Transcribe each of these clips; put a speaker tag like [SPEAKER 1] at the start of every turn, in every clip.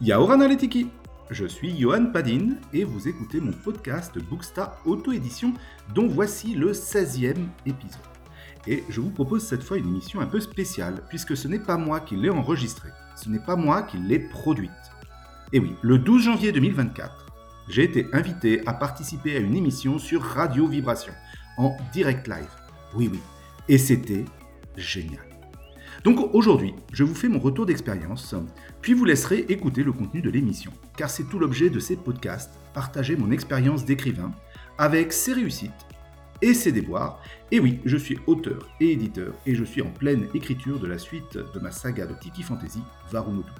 [SPEAKER 1] Yaoran Aletiki Je suis Johan Padin et vous écoutez mon podcast Booksta Auto-édition dont voici le 16e épisode. Et je vous propose cette fois une émission un peu spéciale puisque ce n'est pas moi qui l'ai enregistrée, ce n'est pas moi qui l'ai produite. Et oui, le 12 janvier 2024, j'ai été invité à participer à une émission sur Radio Vibration en direct live. Oui, oui. Et c'était génial. Donc aujourd'hui, je vous fais mon retour d'expérience, puis vous laisserez écouter le contenu de l'émission, car c'est tout l'objet de ces podcasts, partager mon expérience d'écrivain avec ses réussites et ses déboires. Et oui, je suis auteur et éditeur, et je suis en pleine écriture de la suite de ma saga de Tiki Fantasy, Varunodu.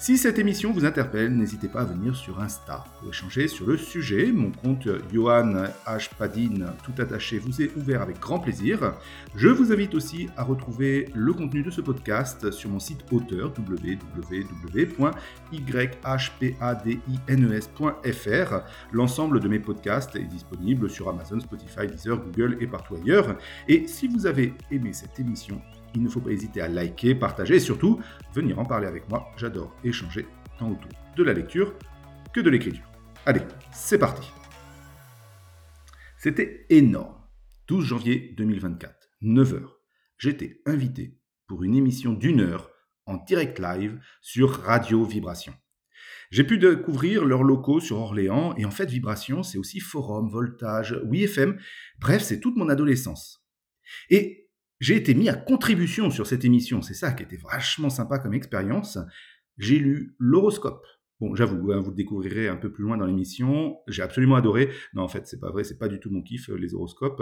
[SPEAKER 1] Si cette émission vous interpelle, n'hésitez pas à venir sur Insta pour échanger sur le sujet. Mon compte Johan H. Padin, tout attaché, vous est ouvert avec grand plaisir. Je vous invite aussi à retrouver le contenu de ce podcast sur mon site auteur www.yhpadines.fr. L'ensemble de mes podcasts est disponible sur Amazon, Spotify, Deezer, Google et partout ailleurs. Et si vous avez aimé cette émission, il ne faut pas hésiter à liker, partager et surtout venir en parler avec moi. J'adore échanger tant autour de la lecture que de l'écriture. Allez, c'est parti. C'était énorme. 12 janvier 2024, 9h. J'étais invité pour une émission d'une heure en direct live sur Radio Vibration. J'ai pu découvrir leurs locaux sur Orléans et en fait Vibration, c'est aussi Forum, Voltage, WeFM. Bref, c'est toute mon adolescence. Et j'ai été mis à contribution sur cette émission, c'est ça qui était vachement sympa comme expérience. J'ai lu l'horoscope. Bon, j'avoue, hein, vous le découvrirez un peu plus loin dans l'émission. J'ai absolument adoré. Non, en fait, c'est pas vrai, c'est pas du tout mon kiff les horoscopes.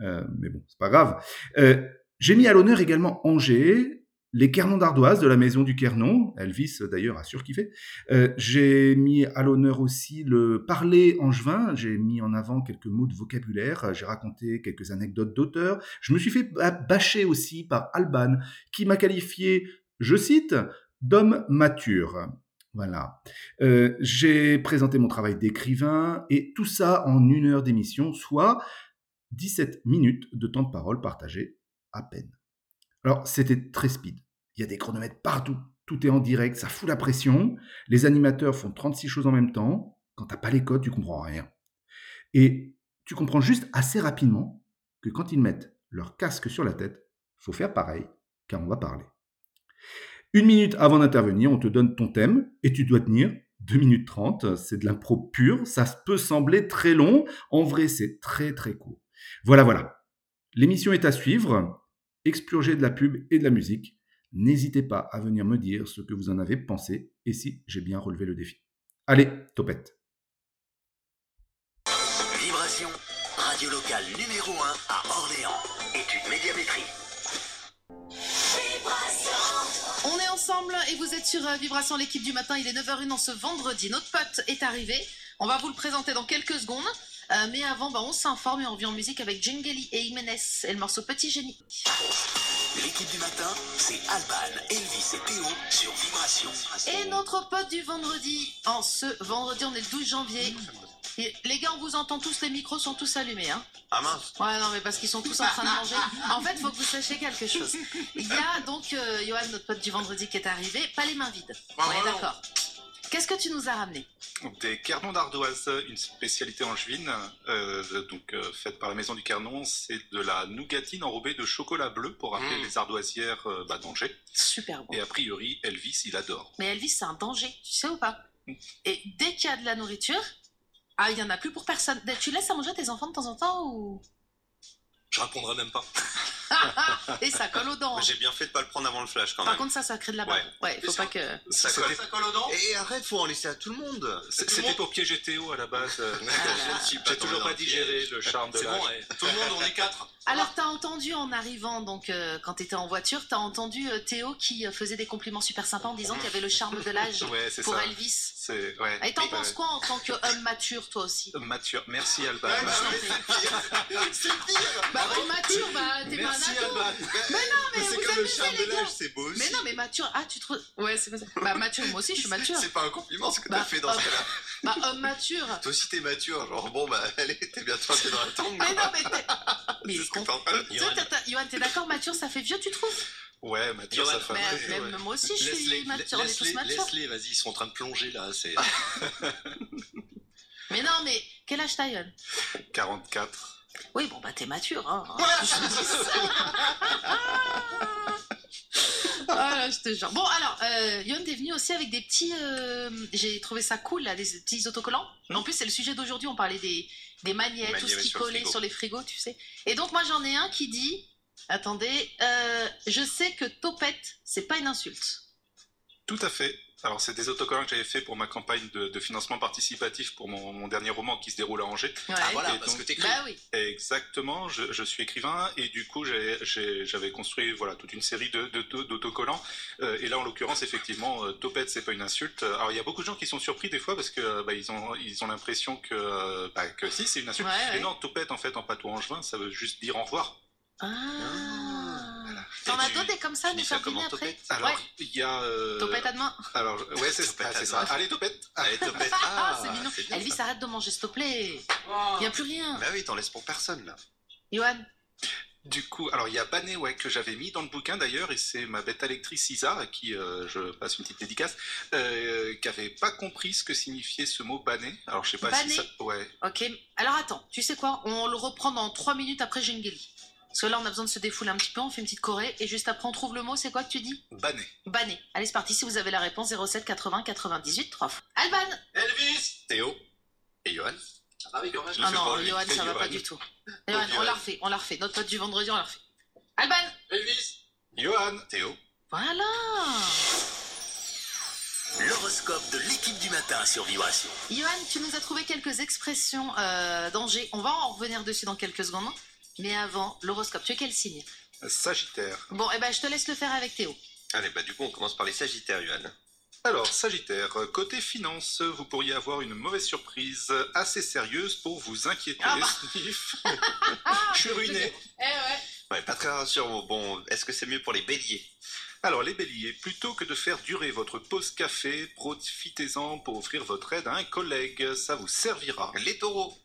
[SPEAKER 1] Euh, mais bon, c'est pas grave. Euh, j'ai mis à l'honneur également Angers, les Quernons d'ardoise de la maison du Quernon. Elvis d'ailleurs a surkiffé. Euh, j'ai mis à l'honneur aussi le parler angevin. J'ai mis en avant quelques mots de vocabulaire. J'ai raconté quelques anecdotes d'auteurs. Je me suis fait ba- bâcher aussi par Alban, qui m'a qualifié, je cite, d'homme mature. Voilà. Euh, j'ai présenté mon travail d'écrivain et tout ça en une heure d'émission, soit 17 minutes de temps de parole partagé à peine. Alors, c'était très speed. Il y a des chronomètres partout. Tout est en direct, ça fout la pression. Les animateurs font 36 choses en même temps. Quand t'as pas les codes, tu comprends rien. Et tu comprends juste assez rapidement que quand ils mettent leur casque sur la tête, faut faire pareil, car on va parler. Une minute avant d'intervenir, on te donne ton thème et tu dois tenir 2 minutes 30. C'est de l'impro pure. Ça peut sembler très long. En vrai, c'est très très court. Voilà, voilà. L'émission est à suivre expurgé de la pub et de la musique. N'hésitez pas à venir me dire ce que vous en avez pensé et si j'ai bien relevé le défi. Allez, topette.
[SPEAKER 2] Vibration, radio locale numéro 1 à Orléans. Étude médiamétrie.
[SPEAKER 3] On est ensemble et vous êtes sur euh, Vibration l'équipe du matin. Il est 9h01 en ce vendredi. Notre pote est arrivé. On va vous le présenter dans quelques secondes. Euh, mais avant, bah, on s'informe et on revient en musique avec Jungeli et Jiménez et le morceau Petit Génie.
[SPEAKER 2] L'équipe du matin, c'est Alban, Elvis et Théo sur Vibration.
[SPEAKER 3] Et notre pote du vendredi, en ce vendredi, on est le 12 janvier. Et les gars, on vous entend tous, les micros sont tous allumés. Hein.
[SPEAKER 2] Ah mince.
[SPEAKER 3] Ouais, non, mais parce qu'ils sont tous en train de manger. En fait, faut que vous sachiez quelque chose. Il y a donc euh, Johan, notre pote du vendredi, qui est arrivé, pas les mains vides.
[SPEAKER 4] Ah,
[SPEAKER 3] ouais,
[SPEAKER 4] non, non.
[SPEAKER 3] d'accord. Qu'est-ce que tu nous as ramené
[SPEAKER 4] Des carnons d'ardoise, une spécialité angevine, euh, donc euh, faite par la maison du Carnon. C'est de la nougatine enrobée de chocolat bleu pour rappeler
[SPEAKER 5] Mmh.
[SPEAKER 2] Mm.
[SPEAKER 4] les ardoisières euh, bah, d'Angers.
[SPEAKER 3] Super bon.
[SPEAKER 4] Et a priori, Elvis, il adore.
[SPEAKER 3] Mais Elvis, c'est un danger, tu sais ou pas Et dès qu'il y a de la nourriture, ah, il y en a plus pour personne. Tu laisses à manger à tes enfants de temps en temps ou
[SPEAKER 5] Je répondrai même pas.
[SPEAKER 3] Et ça colle aux dents.
[SPEAKER 5] Mais J'ai bien fait de pas le prendre avant le flash quand
[SPEAKER 3] Par
[SPEAKER 5] même.
[SPEAKER 3] contre, ça, ça crée de la barbe. Ouais, faut pas que.
[SPEAKER 5] Ça
[SPEAKER 4] C'était-
[SPEAKER 5] colle-
[SPEAKER 2] colle aux dents Et arrête, faut en laisser à tout le monde.
[SPEAKER 4] C-
[SPEAKER 5] Tout le
[SPEAKER 4] C'était
[SPEAKER 5] monde-
[SPEAKER 4] pour piéger Théo à la base. euh,
[SPEAKER 3] Ah
[SPEAKER 5] Je ne suis
[SPEAKER 4] J'ai
[SPEAKER 5] tombé
[SPEAKER 4] toujours
[SPEAKER 5] dans
[SPEAKER 4] pas
[SPEAKER 5] le piège.
[SPEAKER 4] digéré le charme de
[SPEAKER 5] C'est
[SPEAKER 4] l'âge.
[SPEAKER 5] bon, ouais. tout le monde, on est quatre.
[SPEAKER 3] Alors, t'as entendu en arrivant, donc euh, quand t'étais en voiture, t'as entendu euh, Théo qui euh, faisait des compliments super sympas en disant qu'il y avait le charme de l'âge
[SPEAKER 4] Ouais, c'est
[SPEAKER 3] pour
[SPEAKER 4] ça.
[SPEAKER 3] Elvis.
[SPEAKER 4] C'est ouais.
[SPEAKER 3] Et t'en
[SPEAKER 4] Ouais.
[SPEAKER 3] penses quoi en tant qu'homme mature, toi aussi
[SPEAKER 4] Mature. Merci Alban.
[SPEAKER 5] Ouais, bah,
[SPEAKER 3] Bah, homme mature, bah, t'es pas un
[SPEAKER 5] Merci
[SPEAKER 3] ado.
[SPEAKER 5] Alban.
[SPEAKER 3] Mais non, mais
[SPEAKER 5] C'est
[SPEAKER 3] vous
[SPEAKER 5] comme le
[SPEAKER 3] s'amuser, les gars.
[SPEAKER 5] charbonnage, c'est beau aussi.
[SPEAKER 3] Mais non, mais mature. Ah, tu trouves. Ouais, c'est pas ça. Bah, mature, moi aussi, je suis mature.
[SPEAKER 5] C'est pas un compliment ce que t'as
[SPEAKER 3] Bah,
[SPEAKER 5] fait dans ce
[SPEAKER 3] hop.
[SPEAKER 5] cas-là.
[SPEAKER 3] Bah, homme mature.
[SPEAKER 5] Toi aussi t'es mature, genre bon bah allez, t'es bientôt un pied dans la tombe.
[SPEAKER 3] Mais non,
[SPEAKER 5] quoi.
[SPEAKER 3] mais t'es. Mais il
[SPEAKER 5] C'est
[SPEAKER 3] est
[SPEAKER 5] ce que
[SPEAKER 3] con.
[SPEAKER 5] t'es en train de
[SPEAKER 3] Toi,
[SPEAKER 5] dire.
[SPEAKER 3] t'as- t'as- Johan, t'es d'accord, mature, ça fait vieux, tu trouves
[SPEAKER 4] Ouais, Mathieu,
[SPEAKER 5] Johan,
[SPEAKER 4] ça fait
[SPEAKER 3] Mais
[SPEAKER 5] ouais,
[SPEAKER 3] même
[SPEAKER 5] ouais.
[SPEAKER 3] moi aussi, je
[SPEAKER 5] Laisse-les,
[SPEAKER 3] suis mature, on est tous
[SPEAKER 5] laisse-les,
[SPEAKER 3] matures.
[SPEAKER 5] laisse-les, vas-y, ils sont en train de plonger là. C'est...
[SPEAKER 3] Mais non, mais quel âge t'as, Johan
[SPEAKER 4] 44.
[SPEAKER 3] Oui, bon, bah, t'es mature, hein. Ah là, je te jure. Bon, alors, euh, Yon, t'es venu aussi avec des petits. euh, J'ai trouvé ça cool, là, des petits autocollants. En plus, c'est le sujet d'aujourd'hui. On parlait des, des magnets,
[SPEAKER 4] Magnets,
[SPEAKER 3] tout ce
[SPEAKER 4] ouais,
[SPEAKER 3] qui
[SPEAKER 4] sur le
[SPEAKER 3] collait
[SPEAKER 4] frigo.
[SPEAKER 3] sur les frigos, tu sais. Et donc, moi, j'en ai un qui dit Attendez, euh, je sais que topette, c'est pas une insulte.
[SPEAKER 4] Tout à fait. Alors, c'est des autocollants que j'avais fait pour ma campagne de, de financement participatif pour mon, mon dernier roman qui se déroule à Angers.
[SPEAKER 3] Ouais.
[SPEAKER 5] Ah voilà,
[SPEAKER 4] Et
[SPEAKER 5] parce
[SPEAKER 4] donc-
[SPEAKER 5] que t'écris.
[SPEAKER 3] Bah oui.
[SPEAKER 4] Exactement, je, je suis écrivain et du coup j'ai- j'ai- j'avais construit voilà toute une série de- de- de- d'autocollants. Euh, et là en l'occurrence effectivement, euh, topette c'est pas une insulte. Alors il y a beaucoup de gens qui sont surpris des fois parce que euh, bah, ils ont ils ont l'impression que euh, bah, que si c'est une
[SPEAKER 3] Ouais,
[SPEAKER 4] insulte.
[SPEAKER 3] ouais.
[SPEAKER 4] Et non, topette en fait en patois angevin ça veut juste dire au revoir.
[SPEAKER 3] Ah.
[SPEAKER 5] Voilà.
[SPEAKER 3] T'en
[SPEAKER 5] Et
[SPEAKER 3] as
[SPEAKER 5] tu-
[SPEAKER 3] d'autres des comme ça à
[SPEAKER 5] tu
[SPEAKER 3] nous
[SPEAKER 5] dis ça
[SPEAKER 3] faire deviner
[SPEAKER 5] comment,
[SPEAKER 3] après
[SPEAKER 5] topette
[SPEAKER 4] Alors
[SPEAKER 3] Ouais.
[SPEAKER 4] il y a euh,
[SPEAKER 3] Topette à demain.
[SPEAKER 4] alors ouais c'est
[SPEAKER 5] Topette
[SPEAKER 4] ah, c'est
[SPEAKER 5] à
[SPEAKER 4] ça.
[SPEAKER 5] demain.
[SPEAKER 4] Allez topette.
[SPEAKER 5] Allez, topette.
[SPEAKER 3] Ah,
[SPEAKER 5] Ah,
[SPEAKER 3] c'est mignon.
[SPEAKER 5] c'est bien,
[SPEAKER 3] Elvis,
[SPEAKER 5] ça.
[SPEAKER 3] arrête de manger, s'il te plaît.
[SPEAKER 2] Eh
[SPEAKER 3] Y a plus rien.
[SPEAKER 5] Bah oui, t'en laisses pour personne là.
[SPEAKER 3] Johan,
[SPEAKER 4] Du coup, alors il y a Banet ouais, que j'avais mis dans le bouquin d'ailleurs, et c'est ma bête à lectrice Isa, à qui euh, je passe une petite dédicace, euh, qui avait pas compris ce que signifiait ce mot Banet. Alors je sais pas si
[SPEAKER 3] Banet
[SPEAKER 4] ça. Ouais.
[SPEAKER 3] Ok, alors attends, tu sais quoi On le reprend dans 3 minutes après Jengeli. Parce que là, on a besoin de se défouler un petit peu, on fait une petite corée, et juste après, on trouve le mot, c'est quoi que tu dis
[SPEAKER 4] Banet.
[SPEAKER 3] Bané. Allez, c'est parti, si vous avez la réponse, 07 80 98 3 fois. Alban
[SPEAKER 5] Elvis Théo Et Johan Ah oui, quand même.
[SPEAKER 3] Ah non, Johan, ça va pas du tout. Johan, on
[SPEAKER 5] Johan.
[SPEAKER 3] la refait, on la refait. Notre pote du vendredi, on la refait. Alban
[SPEAKER 5] Elvis
[SPEAKER 4] Johan
[SPEAKER 5] Théo
[SPEAKER 3] Voilà
[SPEAKER 2] L'horoscope de l'équipe du matin sur Vibration.
[SPEAKER 3] Johan, tu nous as trouvé quelques expressions euh, d'Angers. On va en revenir dessus dans quelques secondes. Mais avant, l'horoscope, tu es quel signe
[SPEAKER 4] Sagittaire.
[SPEAKER 3] Bon, eh ben, je te laisse le faire avec Théo.
[SPEAKER 5] Allez, bah du coup, on commence par les Sagittaires, Johan.
[SPEAKER 4] Alors, Sagittaire, euh, côté finance, vous pourriez avoir une mauvaise surprise assez sérieuse pour vous inquiéter.
[SPEAKER 3] Ah bah.
[SPEAKER 4] Sniff.
[SPEAKER 5] Je suis ruiné
[SPEAKER 3] Eh ouais
[SPEAKER 5] Ouais, pas très rassurant. Bon, est-ce que c'est mieux pour les béliers
[SPEAKER 4] Alors, les béliers, plutôt que de faire durer votre pause café, profitez-en pour offrir votre aide à un collègue. Ça vous servira.
[SPEAKER 5] Les taureaux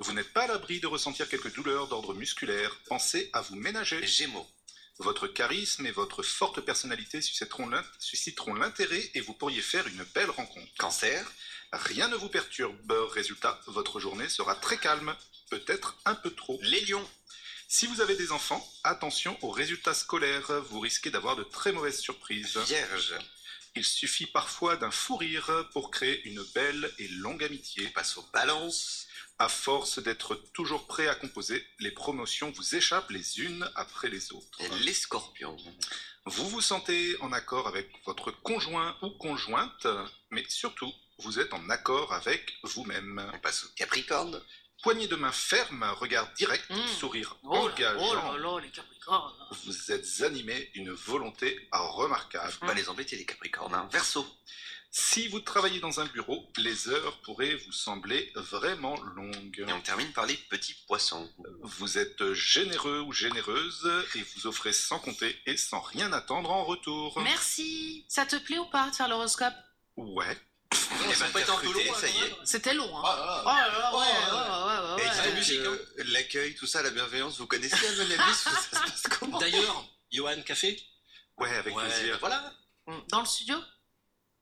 [SPEAKER 4] Vous n'êtes pas à l'abri de ressentir quelques douleurs d'ordre musculaire. Pensez à vous ménager.
[SPEAKER 5] Les gémeaux
[SPEAKER 4] Votre charisme et votre forte personnalité susciteront l'in- susciteront l'intérêt et vous pourriez faire une belle rencontre.
[SPEAKER 5] Cancer
[SPEAKER 4] Rien ne vous perturbe. Résultat, votre journée sera très calme. Peut-être un peu trop.
[SPEAKER 5] Les lions
[SPEAKER 4] Si vous avez des enfants, attention aux résultats scolaires. Vous risquez d'avoir de très mauvaises
[SPEAKER 6] Hein?
[SPEAKER 4] surprises.
[SPEAKER 5] Vierge
[SPEAKER 4] Il suffit parfois d'un fou rire pour créer une belle et longue amitié.
[SPEAKER 5] On passe aux balances
[SPEAKER 4] À force d'être toujours prêt à composer, les promotions vous échappent les unes après les autres.
[SPEAKER 3] Eh
[SPEAKER 5] et les scorpions
[SPEAKER 4] Vous vous sentez en accord avec votre conjoint ou conjointe, mais surtout, vous êtes en accord avec vous-même.
[SPEAKER 5] On passe aux capricornes
[SPEAKER 4] Poignée de main ferme, regard direct,
[SPEAKER 3] Mm.
[SPEAKER 4] sourire
[SPEAKER 3] Oh là, oh
[SPEAKER 4] engageant.
[SPEAKER 3] là là, les Capricornes. hein.
[SPEAKER 4] Vous êtes animé d'une volonté remarquable.
[SPEAKER 3] Hmm.
[SPEAKER 6] Hein?
[SPEAKER 5] Faut pas les embêter, les capricornes, hein. Verseau
[SPEAKER 4] Si vous travaillez dans un bureau, les heures pourraient vous sembler vraiment longues.
[SPEAKER 5] Et on termine par les petits poissons
[SPEAKER 4] Vous êtes généreux ou généreuse et vous offrez sans compter et sans rien attendre en retour.
[SPEAKER 3] Merci. Ça te plaît ou pas de faire l'horoscope
[SPEAKER 4] Ouais.
[SPEAKER 5] Eh ben, t'as recruté, ça y est
[SPEAKER 3] C'était long, hein
[SPEAKER 5] Ah,
[SPEAKER 3] Oh là là,
[SPEAKER 5] Oh,
[SPEAKER 3] ouais,
[SPEAKER 5] Et
[SPEAKER 3] ouais, ouais, ouais, ouais,
[SPEAKER 5] dis
[SPEAKER 3] ouais.
[SPEAKER 5] donc, euh, l'accueil, tout ça, la bienveillance, vous connaissez Alban Elvis Ça se passe comment
[SPEAKER 6] D'ailleurs, Johan Café
[SPEAKER 4] Ouais, avec
[SPEAKER 6] Ouais,
[SPEAKER 4] plaisir.
[SPEAKER 6] bah voilà.
[SPEAKER 3] Mm. Dans le studio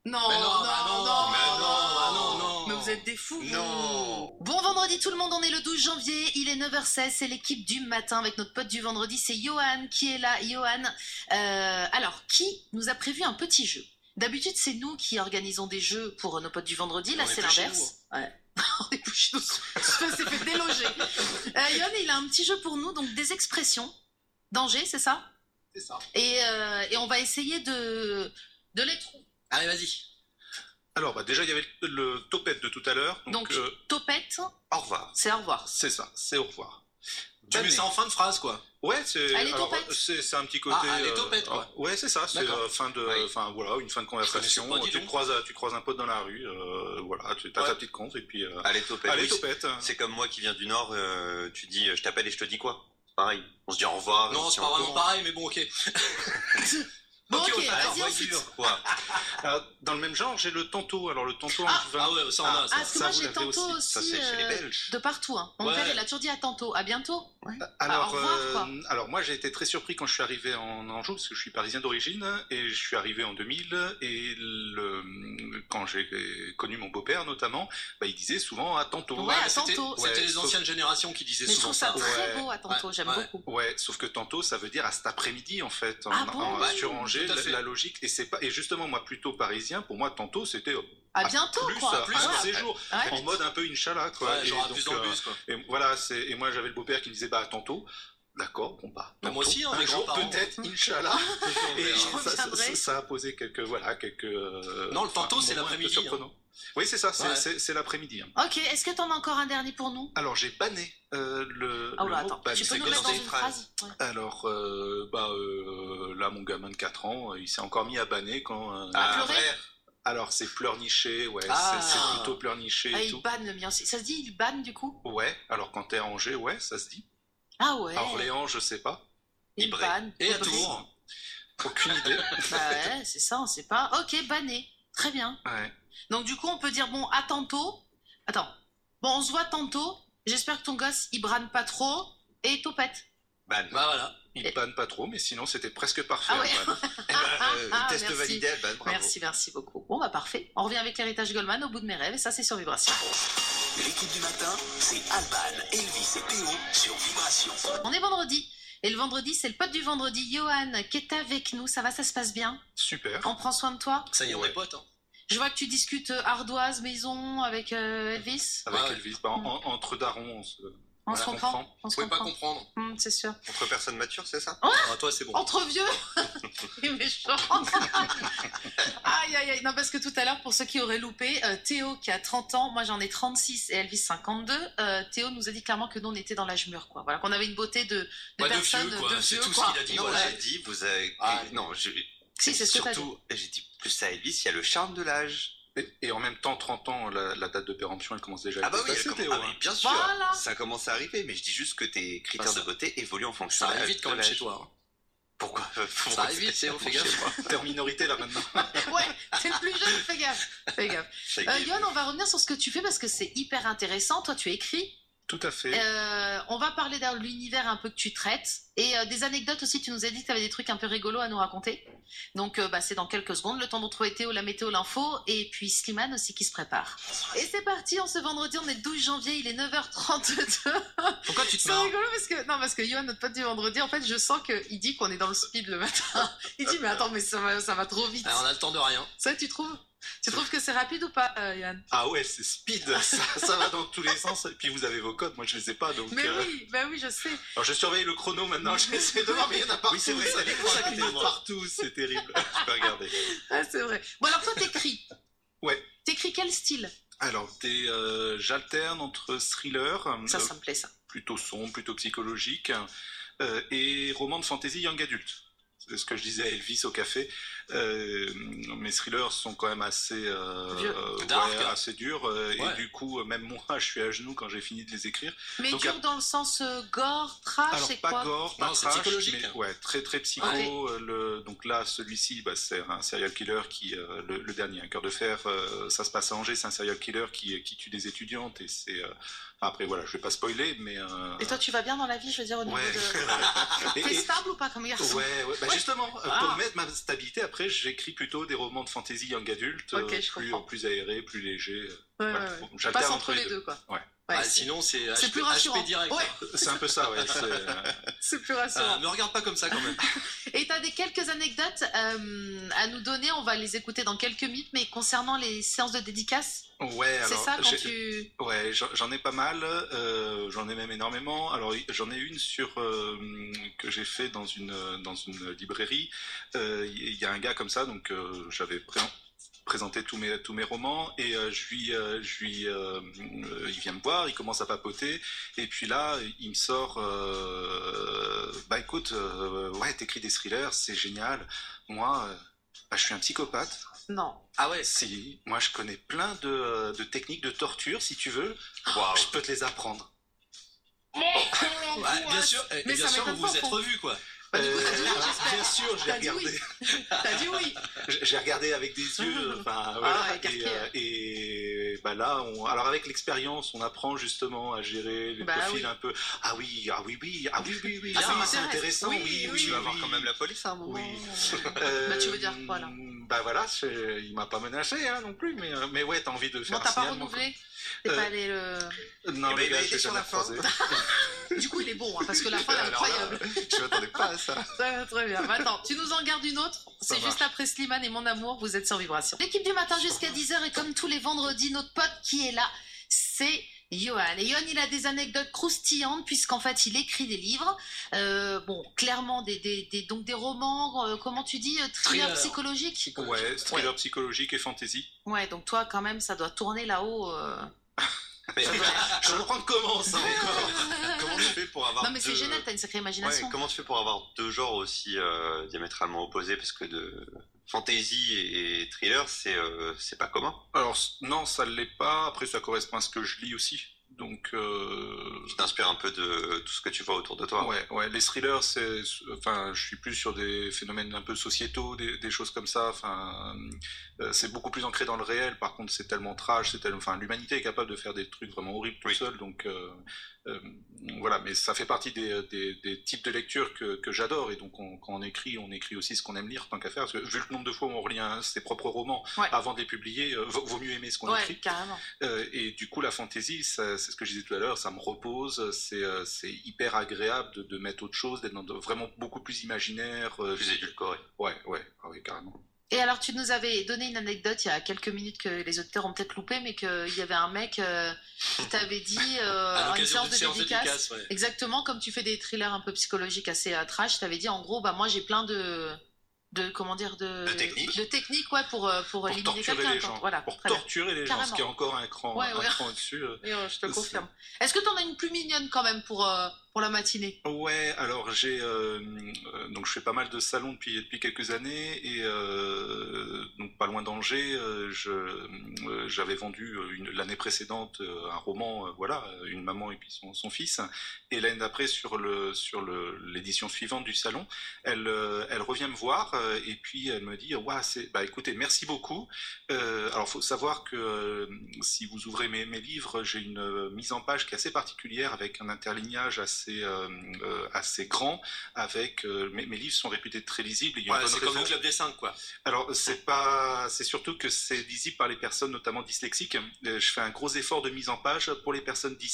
[SPEAKER 3] non,
[SPEAKER 5] Mais non, bah non, mais non, bah non,
[SPEAKER 6] non.
[SPEAKER 3] Mais vous êtes des fous. vous.
[SPEAKER 5] Non.
[SPEAKER 3] Bon vendredi tout le monde, on est le 12 janvier, il est 9h16, c'est l'équipe du matin avec notre pote du vendredi, c'est Johan qui est là. Johan, euh, alors qui nous a prévu un petit jeu D'habitude c'est nous qui organisons des jeux pour euh, nos potes du vendredi, là
[SPEAKER 6] On est
[SPEAKER 3] c'est
[SPEAKER 6] plus chez
[SPEAKER 3] l'inverse.
[SPEAKER 5] hein.
[SPEAKER 3] Ouais. on est plus chez nous, on s'est fait déloger. Euh, Johan il a un petit jeu pour nous, donc des expressions. Danger, c'est ça
[SPEAKER 5] C'est ça.
[SPEAKER 3] et, euh, et on va essayer de, de les trouver.
[SPEAKER 6] Allez, vas-y.
[SPEAKER 4] Alors, bah, déjà, il y avait le, le topette de tout à l'heure. Donc,
[SPEAKER 3] Donc,
[SPEAKER 4] euh,
[SPEAKER 3] topette,
[SPEAKER 5] Au revoir.
[SPEAKER 3] c'est au revoir.
[SPEAKER 4] c'est ça, c'est au revoir.
[SPEAKER 6] Tu mets
[SPEAKER 4] Banet.
[SPEAKER 6] ça en fin de phrase, quoi.
[SPEAKER 4] Ouais, c'est
[SPEAKER 3] Allez,
[SPEAKER 4] alors,
[SPEAKER 3] topette.
[SPEAKER 4] c'est c'est un petit côté.
[SPEAKER 6] Ah, allez, topette, quoi.
[SPEAKER 4] ah, Ouais, c'est ça. C'est
[SPEAKER 6] D'accord.
[SPEAKER 4] euh, fin de,
[SPEAKER 5] Oui.
[SPEAKER 4] enfin voilà, une fin de
[SPEAKER 6] Je
[SPEAKER 4] conversation.
[SPEAKER 6] connaissais pas, dis
[SPEAKER 4] tu
[SPEAKER 6] donc.
[SPEAKER 4] croises, euh, tu croises un pote dans la rue. euh, voilà, tu as
[SPEAKER 5] Ouais.
[SPEAKER 4] ta petite
[SPEAKER 6] Bah
[SPEAKER 4] conf et puis. euh,
[SPEAKER 5] Allez, topette.
[SPEAKER 4] Allez,
[SPEAKER 5] Oui,
[SPEAKER 4] topette.
[SPEAKER 5] C'est comme moi qui viens du Nord, euh, tu dis euh, je t'appelle et je te dis quoi Pareil, on se dit au revoir. on
[SPEAKER 6] Non,
[SPEAKER 5] se
[SPEAKER 6] c'est
[SPEAKER 5] tient
[SPEAKER 6] pas
[SPEAKER 5] au
[SPEAKER 6] vraiment
[SPEAKER 5] courant.
[SPEAKER 6] pareil, mais bon, ok.
[SPEAKER 3] Bon, ok,
[SPEAKER 6] on va faire
[SPEAKER 3] vas-y ensuite.
[SPEAKER 6] voiture, quoi.
[SPEAKER 4] Alors, dans le même genre, j'ai le tantôt. Alors, le tantôt en
[SPEAKER 3] Ah.
[SPEAKER 4] juin.
[SPEAKER 6] Ah ouais, ça on a.
[SPEAKER 3] Ah,
[SPEAKER 6] Ça.
[SPEAKER 3] parce que moi
[SPEAKER 4] vous
[SPEAKER 3] j'ai
[SPEAKER 4] l'avez
[SPEAKER 3] tantôt aussi,
[SPEAKER 4] Ça, c'est chez les
[SPEAKER 3] euh,
[SPEAKER 4] Belges.
[SPEAKER 3] De partout, hein. Mon
[SPEAKER 6] Ouais.
[SPEAKER 3] père, il a toujours dit à tantôt, à bientôt.
[SPEAKER 4] Alors,
[SPEAKER 3] Ah, au revoir,
[SPEAKER 4] euh,
[SPEAKER 3] quoi.
[SPEAKER 4] alors moi j'ai été très surpris quand je suis arrivé en Anjou parce que je suis parisien d'origine et je suis arrivé en 2000 et le, quand j'ai connu mon beau-père notamment, bah, il disait souvent à tantôt. Ah,
[SPEAKER 3] Ouais, à
[SPEAKER 6] mais c'était-
[SPEAKER 3] tantôt.
[SPEAKER 6] C'était
[SPEAKER 4] Ouais,
[SPEAKER 6] les
[SPEAKER 4] sauf-
[SPEAKER 6] anciennes générations qui disaient
[SPEAKER 3] Mais je
[SPEAKER 6] souvent
[SPEAKER 3] trouve ça
[SPEAKER 6] ça.
[SPEAKER 3] très
[SPEAKER 4] ouais.
[SPEAKER 3] beau à tantôt,
[SPEAKER 6] Ouais,
[SPEAKER 3] j'aime
[SPEAKER 6] ouais.
[SPEAKER 3] beaucoup.
[SPEAKER 4] Ouais, sauf que tantôt ça veut dire à cet après-midi en fait en,
[SPEAKER 3] Ah bon
[SPEAKER 4] en-
[SPEAKER 6] Ouais,
[SPEAKER 4] sur Angers,
[SPEAKER 6] tout à
[SPEAKER 4] la,
[SPEAKER 6] fait.
[SPEAKER 4] la logique et c'est pas et justement moi plutôt parisien pour moi tantôt c'était
[SPEAKER 3] À
[SPEAKER 4] Ah,
[SPEAKER 3] bientôt,
[SPEAKER 4] plus
[SPEAKER 3] quoi.
[SPEAKER 4] euh, plus
[SPEAKER 3] Ouais.
[SPEAKER 4] un séjour
[SPEAKER 3] Ouais.
[SPEAKER 4] en mode un peu inchallah quoi.
[SPEAKER 6] Ouais,
[SPEAKER 4] Et
[SPEAKER 6] genre
[SPEAKER 4] donc,
[SPEAKER 6] abuse dans
[SPEAKER 4] euh,
[SPEAKER 6] le bus, quoi.
[SPEAKER 4] Et voilà, c'est et moi j'avais le beau-père qui me disait bah à tantôt. D'accord, bon bah.
[SPEAKER 6] Mais moi
[SPEAKER 4] tantôt.
[SPEAKER 6] aussi, hein,
[SPEAKER 4] un
[SPEAKER 6] mes
[SPEAKER 4] jour
[SPEAKER 6] grands-parents.
[SPEAKER 4] peut-être, inshallah. et
[SPEAKER 6] Ouais,
[SPEAKER 3] crois
[SPEAKER 4] hein,
[SPEAKER 3] que
[SPEAKER 4] ça,
[SPEAKER 3] c'est
[SPEAKER 4] ça-
[SPEAKER 3] vrai.
[SPEAKER 4] ça a posé quelques voilà quelques. euh,
[SPEAKER 6] Non, le tantôt,
[SPEAKER 4] enfin,
[SPEAKER 6] c'est
[SPEAKER 4] moments un peu
[SPEAKER 6] l'après-midi,
[SPEAKER 4] surprenants. Oui, c'est ça, c'est
[SPEAKER 6] Ouais.
[SPEAKER 4] c'est- c'est l'après-midi. hein.
[SPEAKER 3] Ok, est-ce que t'en as encore un dernier pour nous
[SPEAKER 4] Alors j'ai banné euh, le.
[SPEAKER 3] Ah
[SPEAKER 4] le
[SPEAKER 3] là,
[SPEAKER 4] mot
[SPEAKER 3] attends,
[SPEAKER 4] banné.
[SPEAKER 3] tu peux
[SPEAKER 6] c'est
[SPEAKER 3] nous
[SPEAKER 6] que
[SPEAKER 3] mettre
[SPEAKER 6] dans
[SPEAKER 3] dans
[SPEAKER 6] des
[SPEAKER 3] une phrase Ouais.
[SPEAKER 4] Alors euh, bah euh, là mon gamin de 4 ans, euh, il s'est encore mis à banner quand. euh,
[SPEAKER 3] Ah,
[SPEAKER 5] Ah,
[SPEAKER 3] pleurer
[SPEAKER 5] ouais.
[SPEAKER 4] Alors c'est pleurnicher, ouais,
[SPEAKER 6] Ah.
[SPEAKER 4] c'est c'est plutôt pleurnicher
[SPEAKER 3] Ah,
[SPEAKER 4] et
[SPEAKER 3] il
[SPEAKER 4] tout.
[SPEAKER 3] banne le mien aussi. Ça se dit, il banne du coup
[SPEAKER 4] Ouais, alors quand t'es à Angers, ouais, ça se dit.
[SPEAKER 3] Ah ouais,
[SPEAKER 4] À Orléans, je sais pas.
[SPEAKER 3] il
[SPEAKER 6] Ibré.
[SPEAKER 3] banne.
[SPEAKER 6] Et à
[SPEAKER 3] Ibré.
[SPEAKER 6] Tours.
[SPEAKER 4] Aucune idée.
[SPEAKER 3] Bah ouais, c'est ça, on sait pas. Ok, banné. Très bien.
[SPEAKER 4] Ouais.
[SPEAKER 3] Donc du coup, on peut dire, bon, à tantôt. Attends. Bon, on se voit tantôt. J'espère que ton gosse, il brane pas trop. Et topette.
[SPEAKER 5] Ban.
[SPEAKER 6] Bah voilà.
[SPEAKER 4] Il panne pas trop, mais sinon c'était presque parfait. hein,
[SPEAKER 3] Ah ouais.
[SPEAKER 4] le ban.
[SPEAKER 5] Eh ben, euh,
[SPEAKER 3] Ah,
[SPEAKER 5] test
[SPEAKER 3] merci.
[SPEAKER 5] validé, Alban, bravo.
[SPEAKER 3] Merci, merci beaucoup. Bon, bah parfait. On revient avec l'héritage Goldman au bout de mes rêves. Et ça, c'est sur Vibration.
[SPEAKER 2] L'équipe du matin, c'est Alban, Elvis et Théo sur Vibration.
[SPEAKER 3] On est vendredi. Et le vendredi, c'est le pote du vendredi, Johan, qui est avec nous. Ça va, ça se passe bien
[SPEAKER 4] Super.
[SPEAKER 3] On prend soin de toi
[SPEAKER 6] Ça y est, on
[SPEAKER 4] Ouais.
[SPEAKER 6] est potes. Hein.
[SPEAKER 3] Je vois que tu discutes euh, ardoise, maison, avec euh, Elvis.
[SPEAKER 4] Avec
[SPEAKER 6] Ah ouais.
[SPEAKER 4] Elvis. Bah, en- en- entre darons, on se,
[SPEAKER 3] On
[SPEAKER 4] voilà,
[SPEAKER 3] se comprend
[SPEAKER 4] comprend.
[SPEAKER 3] On
[SPEAKER 6] Vous
[SPEAKER 3] se
[SPEAKER 6] pouvez pas
[SPEAKER 3] comprend.
[SPEAKER 6] comprendre.
[SPEAKER 3] Hum, c'est sûr.
[SPEAKER 5] Entre personnes matures, c'est ça
[SPEAKER 6] Ah, toi, c'est bon.
[SPEAKER 5] Oh,
[SPEAKER 3] Entre vieux Il est méchant Aïe, aïe, aïe. Non, parce que tout à l'heure, pour ceux qui auraient loupé, euh, Théo qui a 30 ans, moi j'en ai 36 et Elvis 52, euh, Théo nous a dit clairement que nous on était dans l'âge mûr, quoi. Voilà, qu'on avait une beauté de, de
[SPEAKER 6] Ouais, de
[SPEAKER 3] personne,
[SPEAKER 6] vieux, quoi.
[SPEAKER 3] de
[SPEAKER 6] C'est
[SPEAKER 3] vieux,
[SPEAKER 6] tout ce
[SPEAKER 3] quoi.
[SPEAKER 6] qu'il a dit,
[SPEAKER 5] Non,
[SPEAKER 6] voilà.
[SPEAKER 5] j'ai dit, vous avez.
[SPEAKER 6] Ah.
[SPEAKER 5] non, je...
[SPEAKER 3] Si, c'est ce que t'as dit.
[SPEAKER 5] Surtout, j'ai dit plus à Elvis, il y a le charme de l'âge.
[SPEAKER 4] Et, et en même temps, 30 ans, la, la date de péremption, elle commence
[SPEAKER 6] Euh,
[SPEAKER 4] déjà à
[SPEAKER 5] Ah bah
[SPEAKER 4] être
[SPEAKER 5] oui,
[SPEAKER 4] dépassée,
[SPEAKER 5] elle commence-
[SPEAKER 4] Théo,
[SPEAKER 5] ah,
[SPEAKER 4] hein.
[SPEAKER 5] mais bien sûr,
[SPEAKER 3] Voilà.
[SPEAKER 5] ça commence à arriver, mais je dis juste que tes critères
[SPEAKER 6] ça-
[SPEAKER 5] de beauté évoluent en fonction
[SPEAKER 6] Ça
[SPEAKER 5] de
[SPEAKER 6] arrive
[SPEAKER 5] l'âge
[SPEAKER 6] vite quand
[SPEAKER 5] de
[SPEAKER 6] même chez
[SPEAKER 5] l'âge.
[SPEAKER 6] toi. hein.
[SPEAKER 5] Pourquoi
[SPEAKER 6] Ça arrive vite, Théo, fais gaffe.
[SPEAKER 4] T'es en minorité là maintenant.
[SPEAKER 3] Ouais, t'es le plus jeune, fais gaffe. Fais gaffe. Euh, Yoann, on va revenir sur ce que tu fais parce que c'est hyper intéressant. Toi, tu écris.
[SPEAKER 4] hein. Tout à fait.
[SPEAKER 3] Euh, on va parler de l'univers un peu que tu traites et euh, des anecdotes aussi. Tu nous as dit que tu avais des trucs un peu rigolos à nous raconter. Donc, euh, bah, c'est dans quelques secondes. Le temps de retrouver Théo, la météo, l'info et puis Slimane aussi qui se prépare. Et c'est parti. En ce vendredi, on est le 12 janvier. Il est 9h32.
[SPEAKER 6] Pourquoi tu te
[SPEAKER 3] C'est
[SPEAKER 6] marres
[SPEAKER 3] rigolo parce que non parce que Yoann, notre pote du vendredi, en fait, je sens qu'il dit qu'on est dans le speed le matin. Il dit mais attends mais ça va, ça va trop vite.
[SPEAKER 6] Alors, on a le temps de rien.
[SPEAKER 3] Ça, tu trouves Tu trouves que c'est rapide ou pas, euh, Yann
[SPEAKER 4] Ah ouais, c'est speed. ça, ça va dans tous les sens. Et puis vous avez vos codes, moi je les ai pas. Donc,
[SPEAKER 3] Mais
[SPEAKER 4] euh,
[SPEAKER 3] oui, bah oui, je sais.
[SPEAKER 4] Alors je surveille le chrono maintenant, j'essaie de voir, mais il y en a partout.
[SPEAKER 5] Oui, c'est vrai, t'as des
[SPEAKER 4] Ça
[SPEAKER 5] codes,
[SPEAKER 4] clignote
[SPEAKER 5] tellement.
[SPEAKER 4] partout, c'est terrible. je peux regarder.
[SPEAKER 3] Ah, c'est vrai. Bon, alors toi, t'écris.
[SPEAKER 4] Ouais.
[SPEAKER 3] T'écris quel style
[SPEAKER 4] Alors, des, euh, j'alterne entre thriller,
[SPEAKER 3] Ça,
[SPEAKER 4] euh,
[SPEAKER 3] ça me plaît, ça.
[SPEAKER 4] plutôt sombre, plutôt psychologique, euh, et roman de fantasy young adulte. C'est ce que je disais à Elvis au café. Euh, mes thrillers sont quand même assez, euh,
[SPEAKER 3] Vieux.
[SPEAKER 4] ouais,
[SPEAKER 6] Dark.
[SPEAKER 4] assez durs, euh,
[SPEAKER 6] Ouais.
[SPEAKER 4] et du coup, euh, même moi, je suis à genoux quand j'ai fini de les écrire.
[SPEAKER 3] Mais
[SPEAKER 4] Donc,
[SPEAKER 3] dur
[SPEAKER 4] à-
[SPEAKER 3] dans le sens euh, gore, trash,
[SPEAKER 4] Alors
[SPEAKER 3] c'est
[SPEAKER 4] pas
[SPEAKER 3] quoi
[SPEAKER 4] gore, pas
[SPEAKER 6] Non, c'est
[SPEAKER 4] trash,
[SPEAKER 6] psychologique. Ah,
[SPEAKER 4] mais ouais, très très psycho.
[SPEAKER 3] Ok.
[SPEAKER 4] euh, le- donc là, celui-ci, bah, c'est un serial killer qui, euh, le, le dernier, un cœur de fer, euh, ça se passe à Angers, c'est un serial killer qui, qui tue des étudiantes et c'est. euh, enfin, après voilà, je vais pas spoiler, mais. euh,
[SPEAKER 3] Et toi, tu vas bien dans la vie, je veux dire, au niveau
[SPEAKER 4] Ouais.
[SPEAKER 3] de.
[SPEAKER 4] et-
[SPEAKER 3] T'es
[SPEAKER 4] et-
[SPEAKER 3] stable ou pas comme garçon
[SPEAKER 4] Ouais, ouais. Bah,
[SPEAKER 3] Ouais.
[SPEAKER 4] justement, euh,
[SPEAKER 3] Ah.
[SPEAKER 4] pour mettre ma stabilité, après, j'écris plutôt des romans de fantasy young adulte,
[SPEAKER 3] Ok,
[SPEAKER 4] euh,
[SPEAKER 3] je
[SPEAKER 4] plus,
[SPEAKER 3] comprends.
[SPEAKER 4] plus aérés, plus légers. euh,
[SPEAKER 3] Ouais,
[SPEAKER 4] voilà.
[SPEAKER 3] ouais, ouais.
[SPEAKER 4] Faut-
[SPEAKER 3] Tu
[SPEAKER 4] J'alterne
[SPEAKER 3] passes entre les deux, quoi.
[SPEAKER 4] Ouais.
[SPEAKER 6] Ah,
[SPEAKER 3] c'est-
[SPEAKER 6] sinon, c'est
[SPEAKER 3] c'est
[SPEAKER 6] HP
[SPEAKER 3] plus rassurant.
[SPEAKER 6] HP direct.
[SPEAKER 3] Ouais,
[SPEAKER 6] hein.
[SPEAKER 4] C'est un peu ça, ouais. c'est, euh,
[SPEAKER 3] c'est plus
[SPEAKER 6] Euh,
[SPEAKER 3] rassurant.
[SPEAKER 6] me regarde pas comme ça quand même.
[SPEAKER 3] Et t'as des quelques anecdotes euh, à nous donner, on va les écouter dans quelques minutes, mais concernant les séances de dédicace,
[SPEAKER 4] Ouais,
[SPEAKER 3] c'est
[SPEAKER 4] alors,
[SPEAKER 3] ça quand
[SPEAKER 4] j'ai-
[SPEAKER 3] tu.
[SPEAKER 4] Ouais, j'en j'en ai pas mal, euh, j'en ai même énormément. Alors j'en ai une sur euh, que j'ai fait dans une euh, dans une librairie. Euh, Il y a un gars comme ça, donc euh, j'avais pré- présenté tous mes tous mes romans et euh, je lui euh, je lui euh, euh, il vient me voir, il commence à papoter et puis là il me sort euh, bah écoute euh, ouais t'écris des thrillers c'est génial moi euh, bah, je suis un psychopathe
[SPEAKER 3] Non.
[SPEAKER 6] Ah ouais.
[SPEAKER 4] si, moi je connais plein de, Oh, euh, de techniques de torture, si tu veux. Je peux te les apprendre.
[SPEAKER 6] Ah,
[SPEAKER 3] en coup,
[SPEAKER 6] bien
[SPEAKER 3] hein.
[SPEAKER 6] sûr, eh,
[SPEAKER 3] mais
[SPEAKER 6] bien
[SPEAKER 3] ça
[SPEAKER 6] sûr,
[SPEAKER 3] m'étonne
[SPEAKER 6] vous
[SPEAKER 3] pas,
[SPEAKER 6] vous êtes
[SPEAKER 3] Franck.
[SPEAKER 6] revus, quoi.
[SPEAKER 3] Bah, du coup, t'as dit oui,
[SPEAKER 4] Ah,
[SPEAKER 3] j'espère.
[SPEAKER 4] bien sûr, j'ai
[SPEAKER 3] T'as dit
[SPEAKER 4] regardé.
[SPEAKER 3] oui. T'as dit oui.
[SPEAKER 4] J'ai j'ai regardé avec des yeux. Enfin, voilà.
[SPEAKER 3] Ah, écarqué,
[SPEAKER 4] et, euh, et, bah là, on... alors avec l'expérience, on apprend justement à gérer les
[SPEAKER 3] Bah
[SPEAKER 4] profils
[SPEAKER 3] oui.
[SPEAKER 4] un peu. Ah oui, ah oui, oui, ah oui, oui, oui.
[SPEAKER 3] Ah, ça
[SPEAKER 4] ah, c'est
[SPEAKER 3] m'intéresse.
[SPEAKER 4] intéressant.
[SPEAKER 3] Oui,
[SPEAKER 4] Oui, oui,
[SPEAKER 3] oui,
[SPEAKER 4] oui.
[SPEAKER 6] Tu vas voir quand même la police à un moment.
[SPEAKER 4] Oui. Euh,
[SPEAKER 3] Bah, tu veux dire quoi, là
[SPEAKER 4] Bah voilà, c'est- il m'a pas menacé hein, non plus, mais, euh, mais ouais, t'as envie de faire
[SPEAKER 3] Bon, t'as
[SPEAKER 4] un
[SPEAKER 3] pas
[SPEAKER 4] signalement,
[SPEAKER 3] renouvelé T'es
[SPEAKER 4] Euh,
[SPEAKER 3] pas allé le.
[SPEAKER 4] quoi. euh, Non,
[SPEAKER 5] Eh ben,
[SPEAKER 4] le
[SPEAKER 5] il
[SPEAKER 4] gars,
[SPEAKER 5] a
[SPEAKER 4] je
[SPEAKER 5] été
[SPEAKER 4] l'ai
[SPEAKER 5] sur
[SPEAKER 4] jamais
[SPEAKER 5] la fin.
[SPEAKER 4] croisé.
[SPEAKER 3] Du coup, il est bon, hein, parce que la fin elle est
[SPEAKER 5] Alors là,
[SPEAKER 3] incroyable.
[SPEAKER 4] euh,
[SPEAKER 5] Je m'attendais pas à ça.
[SPEAKER 3] Très, très bien. Bah, attends, tu nous en gardes une autre C'est juste après Slimane et mon amour, vous êtes sur Vibration. L'équipe du matin jusqu'à 10h et comme tous les vendredis, notre pote qui est là, c'est Johan. Et Johan, il a des anecdotes croustillantes puisqu'en fait, il écrit des livres. Euh, bon, clairement, des, des, des- donc des romans, euh, comment tu dis, euh, thrillers
[SPEAKER 6] Thriller.
[SPEAKER 3] psychologiques.
[SPEAKER 4] Ouais, thriller psychologique et fantasy.
[SPEAKER 3] Ouais, donc toi, quand même, ça doit tourner là-haut. euh.
[SPEAKER 5] Mais
[SPEAKER 4] Je reprends de comment ça encore
[SPEAKER 5] comment tu fais pour avoir
[SPEAKER 3] Non, mais c'est
[SPEAKER 5] deux-
[SPEAKER 3] génial, t'as une sacrée
[SPEAKER 5] Ouais,
[SPEAKER 3] imagination.
[SPEAKER 5] comment tu fais pour avoir deux genres aussi euh, diamétralement opposés Parce que de fantasy et thriller, c'est euh, c'est pas commun.
[SPEAKER 4] Alors c- non, ça l'est pas. Après, ça correspond à ce que je lis aussi. Donc euh,
[SPEAKER 5] Tu t'inspires un peu de tout ce que tu vois autour de toi.
[SPEAKER 4] Ouais, ouais, les thrillers, c'est, enfin, je suis plus sur des phénomènes un peu sociétaux, des, des choses comme ça. Enfin, euh, c'est beaucoup plus ancré dans le réel. Par contre, c'est tellement trash, c'est tellement, enfin, l'humanité est capable de faire des trucs vraiment horribles tout
[SPEAKER 5] Oui.
[SPEAKER 4] seul. Donc euh, euh, voilà, mais ça fait partie des, des- des types de lecture que, que j'adore. Et donc, on- quand on écrit, on écrit aussi ce qu'on aime lire, tant qu'à faire. Parce que vu le nombre de fois où on relit un- ses propres romans
[SPEAKER 3] Ouais.
[SPEAKER 4] avant de les publier, euh, vaut vaut mieux aimer ce qu'on
[SPEAKER 3] Ouais,
[SPEAKER 4] écrit.
[SPEAKER 3] carrément.
[SPEAKER 4] Euh, et du coup, la fantaisie, ça- c'est ce que je disais tout à l'heure, ça me repose, c'est euh, c'est hyper agréable de, de mettre autre chose, d'être dans de- vraiment beaucoup plus imaginaire. euh,
[SPEAKER 5] Plus édulcoré.
[SPEAKER 4] ouais, ouais, ah ouais, carrément.
[SPEAKER 3] Et alors, tu nous avais donné une anecdote il y a quelques minutes que les auditeurs ont peut-être loupé, mais qu'il y avait un mec euh, qui t'avait dit euh,
[SPEAKER 6] À
[SPEAKER 3] à une
[SPEAKER 6] l'occasion
[SPEAKER 3] séance
[SPEAKER 6] d'une
[SPEAKER 3] de
[SPEAKER 6] séance de
[SPEAKER 3] dédicace.
[SPEAKER 6] dédicace, ouais.
[SPEAKER 3] Exactement, comme tu fais des thrillers un peu psychologiques assez euh, trash, t'avais dit en gros, bah moi j'ai plein de. de comment dire De,
[SPEAKER 5] De techniques.
[SPEAKER 3] de techniques, ouais, pour, euh, pour,
[SPEAKER 4] Pour
[SPEAKER 3] éliminer
[SPEAKER 4] torturer
[SPEAKER 3] quelqu'un.
[SPEAKER 4] les
[SPEAKER 3] quand-
[SPEAKER 4] gens.
[SPEAKER 3] Voilà,
[SPEAKER 4] Pour
[SPEAKER 3] très bien.
[SPEAKER 4] torturer les gens, ce qui est
[SPEAKER 3] Carrément.
[SPEAKER 4] encore un cran,
[SPEAKER 3] Ouais,
[SPEAKER 4] un
[SPEAKER 3] ouais.
[SPEAKER 4] cran au-dessus. euh.
[SPEAKER 3] Oui, euh, je te
[SPEAKER 4] C'est-
[SPEAKER 3] confirme. Est-ce que t'en as une plus mignonne quand même pour, euh, pour la matinée
[SPEAKER 4] Ouais, alors j'ai euh, euh, donc je fais pas mal de salons depuis depuis quelques années et euh, donc pas loin d'Angers, euh, je euh, j'avais vendu euh, une- l'année précédente euh, un roman, euh, voilà, euh, une maman et puis son, son fils. Et l'année d'après sur le sur le l'édition suivante du salon, elle euh, elle revient me voir euh, et puis elle me dit waouh c'est bah écoutez merci beaucoup. Euh, alors faut savoir que euh, si vous ouvrez mes, mes livres, j'ai une euh, mise en page qui est assez particulière avec un interlignage assez euh, euh, assez grand. Avec euh, mes, mes livres sont réputés très lisibles. et il y a une
[SPEAKER 6] Ouais,
[SPEAKER 4] bonne
[SPEAKER 6] c'est comme
[SPEAKER 4] raison.
[SPEAKER 6] le club des 5, quoi.
[SPEAKER 4] Alors c'est pas, c'est surtout que c'est lisible par les personnes notamment dyslexiques. Euh, Je fais un gros effort de mise en page pour les personnes dys.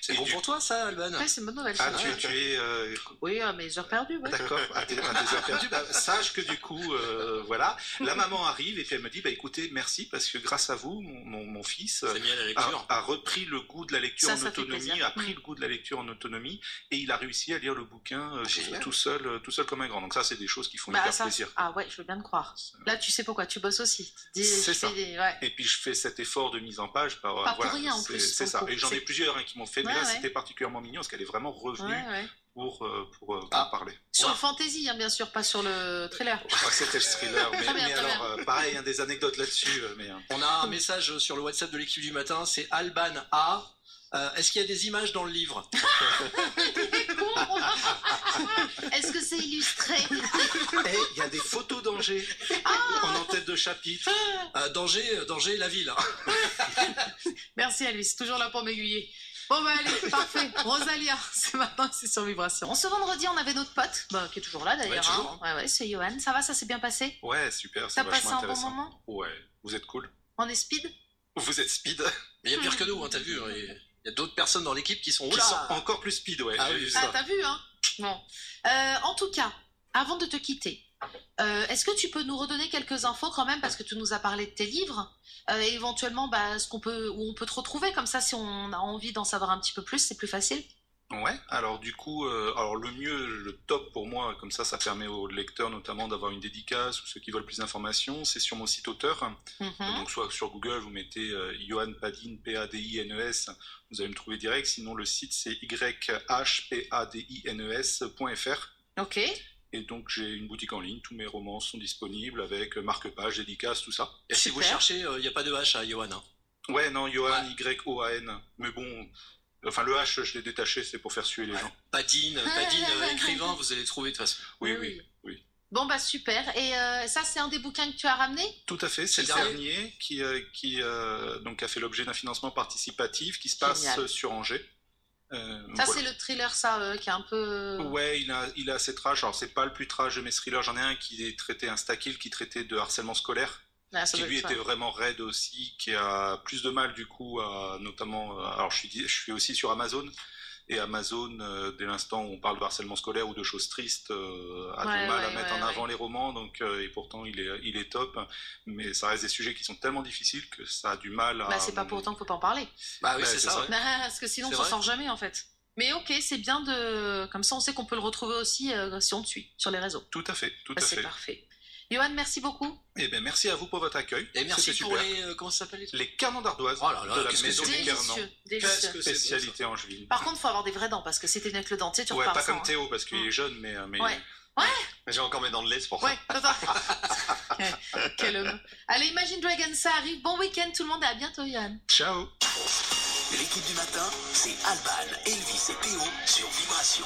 [SPEAKER 6] C'est
[SPEAKER 4] Et
[SPEAKER 6] bon
[SPEAKER 4] du-
[SPEAKER 6] pour toi, ça, Alban
[SPEAKER 3] Ouais, c'est une bonne nouvelle.
[SPEAKER 4] Ah
[SPEAKER 3] ça.
[SPEAKER 4] tu, tu es euh,
[SPEAKER 3] Oui, euh, mes heures perdues, ouais.
[SPEAKER 4] D'accord, à tes, à tes heures perdues. Bah, sache que du coup, euh, voilà, la maman arrive et puis elle me dit, bah écoutez, merci parce que grâce à vous, mon, mon- mon fils
[SPEAKER 6] C'est mis à la lecture.
[SPEAKER 4] a, a repris le goût de la lecture
[SPEAKER 3] Ça,
[SPEAKER 4] en
[SPEAKER 3] ça fait
[SPEAKER 4] autonomie,
[SPEAKER 3] plaisir. Mm.
[SPEAKER 4] a pris le goût de la lecture en autonomie et il a réussi à lire le bouquin euh,
[SPEAKER 5] Génial.
[SPEAKER 4] tout seul, euh, tout seul comme un grand. Donc ça, c'est des choses qui font
[SPEAKER 3] Bah,
[SPEAKER 4] hyper
[SPEAKER 3] ça-
[SPEAKER 4] plaisir.
[SPEAKER 3] Ah ouais, je veux bien te croire. Là, tu sais pourquoi tu bosses aussi. Tu te dis,
[SPEAKER 4] C'est
[SPEAKER 3] je fais
[SPEAKER 4] ça.
[SPEAKER 3] des- ouais.
[SPEAKER 4] Et puis je fais cet effort de mise en page. bah,
[SPEAKER 3] Pas pour
[SPEAKER 4] voilà,
[SPEAKER 3] rien, en
[SPEAKER 4] c'est-
[SPEAKER 3] plus,
[SPEAKER 4] C'est
[SPEAKER 3] pour
[SPEAKER 4] ça.
[SPEAKER 3] le coup.
[SPEAKER 4] Et j'en ai
[SPEAKER 3] C'est-
[SPEAKER 4] plusieurs hein, qui m'ont fait, mais
[SPEAKER 3] Ouais,
[SPEAKER 4] là
[SPEAKER 3] ouais.
[SPEAKER 4] c'était particulièrement mignon parce qu'elle est vraiment revenue
[SPEAKER 3] Ouais, ouais.
[SPEAKER 4] pour, euh, pour, euh, pour
[SPEAKER 6] Ah.
[SPEAKER 4] en parler.
[SPEAKER 3] Sur
[SPEAKER 6] Ouais.
[SPEAKER 3] le fantasy, hein, bien sûr, pas sur le thriller.
[SPEAKER 4] Je crois que c'était le thriller, mais,
[SPEAKER 3] Très bien,
[SPEAKER 4] mais
[SPEAKER 3] très
[SPEAKER 4] alors euh, pareil, hein, des anecdotes là-dessus. euh, mais, euh,
[SPEAKER 6] On a un message sur le WhatsApp de l'équipe du matin, c'est Alban A. Euh, Est-ce qu'il y a des images dans le livre
[SPEAKER 3] Est-ce que c'est illustré
[SPEAKER 4] Eh, il y a des photos d'Angers en en tête de chapitre.
[SPEAKER 6] Ah. Euh, Danger, euh, danger, la ville.
[SPEAKER 3] Merci Alice, toujours là pour m'aiguiller. Bon bah allez, parfait. Rosalia, c'est maintenant, c'est sur Vibration. On se vendredi, on avait notre pote, bah, qui est toujours là d'ailleurs.
[SPEAKER 6] Ouais, toujours,
[SPEAKER 3] hein. Ouais, ouais, c'est Johan. Ça va, ça s'est bien passé
[SPEAKER 4] Ouais, super, c'est
[SPEAKER 3] T'as passé
[SPEAKER 4] vachement
[SPEAKER 3] un bon
[SPEAKER 4] intéressant.
[SPEAKER 3] moment
[SPEAKER 4] ouais, vous êtes cool.
[SPEAKER 3] On est speed
[SPEAKER 4] Vous êtes speed,
[SPEAKER 6] Mais il y a pire que nous, hein, t'as vu. hein, Il y a d'autres personnes dans l'équipe qui sont.
[SPEAKER 4] qui
[SPEAKER 6] Oula
[SPEAKER 4] sont encore plus speed, ouais.
[SPEAKER 6] Ah
[SPEAKER 4] j'ai
[SPEAKER 6] oui,
[SPEAKER 4] vu
[SPEAKER 6] oui.
[SPEAKER 3] Ah,
[SPEAKER 4] ça.
[SPEAKER 3] t'as vu, hein Bon. Euh, en tout cas, avant de te quitter, euh, est-ce que tu peux nous redonner quelques infos quand même parce que tu nous as parlé de tes livres euh, et éventuellement bah, ce qu'on peut où on peut te retrouver comme ça si on a envie d'en savoir un petit peu plus c'est plus facile.
[SPEAKER 4] Ouais, alors du coup, euh, alors le mieux, le top pour moi, comme ça, ça permet aux lecteurs notamment d'avoir une dédicace ou ceux qui veulent plus d'informations, c'est sur mon site auteur.
[SPEAKER 3] Mhm.
[SPEAKER 4] Donc soit sur Google, vous mettez euh, Johan Padin, P-A-D-I-N-E-S, E vous allez me trouver direct. Sinon, le site, c'est E yhpadines.fr.
[SPEAKER 3] Ok.
[SPEAKER 4] Et donc, j'ai une boutique en ligne. Tous mes romans sont disponibles avec euh, marque-page, dédicace, tout ça.
[SPEAKER 6] Et si vous
[SPEAKER 3] Super.
[SPEAKER 6] cherchez, euh, il n'y a pas de H à Johan. hein.
[SPEAKER 4] Ouais, non, Johan, Y-O-A-N. Mais bon, Enfin, le H, je l'ai détaché, c'est pour faire suer les gens.
[SPEAKER 6] Padine,
[SPEAKER 3] Ah,
[SPEAKER 6] Padine, euh, écrivain, vous allez trouver de toute façon.
[SPEAKER 4] Oui,
[SPEAKER 3] Oui,
[SPEAKER 4] oui, oui.
[SPEAKER 3] Bon, bah super. Et euh, ça, c'est un des bouquins que tu as ramené
[SPEAKER 4] Tout à fait, c'est le
[SPEAKER 6] C'est le
[SPEAKER 4] dernier qui, euh, qui euh, donc a fait l'objet d'un financement participatif qui se passe
[SPEAKER 3] Génial.
[SPEAKER 4] euh, sur Angers. Euh,
[SPEAKER 3] Ça,
[SPEAKER 4] voilà.
[SPEAKER 3] c'est le thriller, ça, euh, qui est un peu.
[SPEAKER 4] Ouais, il a, il a ses trash. Alors, c'est pas le plus trash de mes thrillers. J'en ai un qui est traité, un stackil qui traitait de harcèlement scolaire.
[SPEAKER 3] Ah, ça
[SPEAKER 4] qui
[SPEAKER 3] doit
[SPEAKER 4] lui
[SPEAKER 3] être
[SPEAKER 4] était
[SPEAKER 3] ça.
[SPEAKER 4] vraiment raide aussi, qui a plus de mal du coup à notamment. euh, Alors je suis, je suis aussi sur Amazon et Amazon, euh, dès l'instant où on parle de harcèlement scolaire ou de choses tristes, euh, a
[SPEAKER 3] Ouais,
[SPEAKER 4] du mal à
[SPEAKER 3] ouais,
[SPEAKER 4] mettre
[SPEAKER 3] ouais,
[SPEAKER 4] en avant les romans. Donc euh, et pourtant il est, il est top, mais ça reste des sujets qui sont tellement difficiles que ça a du mal à.
[SPEAKER 3] Bah, c'est pas pour autant qu'il faut pas en parler.
[SPEAKER 6] Bah oui,
[SPEAKER 4] Ouais,
[SPEAKER 6] c'est
[SPEAKER 4] c'est
[SPEAKER 6] ça.
[SPEAKER 4] ça.
[SPEAKER 6] ouais.
[SPEAKER 3] Bah, parce que sinon, on
[SPEAKER 6] C'est
[SPEAKER 3] s'en
[SPEAKER 6] vrai.
[SPEAKER 3] sort jamais, en fait. Mais ok, c'est bien de. Comme ça, on sait qu'on peut le retrouver aussi euh, si on te suit sur les réseaux.
[SPEAKER 4] Tout à fait, tout
[SPEAKER 3] Bah,
[SPEAKER 4] à
[SPEAKER 3] c'est
[SPEAKER 4] fait.
[SPEAKER 3] parfait. Johan, merci beaucoup.
[SPEAKER 4] Et ben merci à vous pour votre accueil.
[SPEAKER 6] Et Eh, merci
[SPEAKER 4] C'était
[SPEAKER 6] pour
[SPEAKER 4] super.
[SPEAKER 6] les. euh, comment ça s'appelle les trucs
[SPEAKER 4] Les carnets d'ardoise
[SPEAKER 6] Oh là là,
[SPEAKER 4] de la
[SPEAKER 6] qu'est-ce que
[SPEAKER 4] maison
[SPEAKER 6] c'est
[SPEAKER 4] des Carnans.
[SPEAKER 3] Délicieux,
[SPEAKER 6] Qu'est-ce
[SPEAKER 3] délicieux.
[SPEAKER 6] que c'est bon, ça.
[SPEAKER 4] Spécialité angevine.
[SPEAKER 3] Par contre, faut avoir des vraies dents parce que c'était une avec le dentier, tu
[SPEAKER 4] ouais,
[SPEAKER 3] repars
[SPEAKER 4] pas
[SPEAKER 3] sans,
[SPEAKER 4] comme
[SPEAKER 3] hein.
[SPEAKER 4] Théo parce qu'il est jeune, mais euh, mais
[SPEAKER 3] Ouais.
[SPEAKER 5] Mais J'ai encore mes dents de lait, c'est pour ça.
[SPEAKER 3] hein. Ouais, papa. Quel homme. Allez, Imagine Dragon, ça arrive. Bon week-end tout le monde et à bientôt, Johan.
[SPEAKER 4] ciao.
[SPEAKER 2] L'équipe du matin, c'est Alban, Elvis et Théo sur Vibration.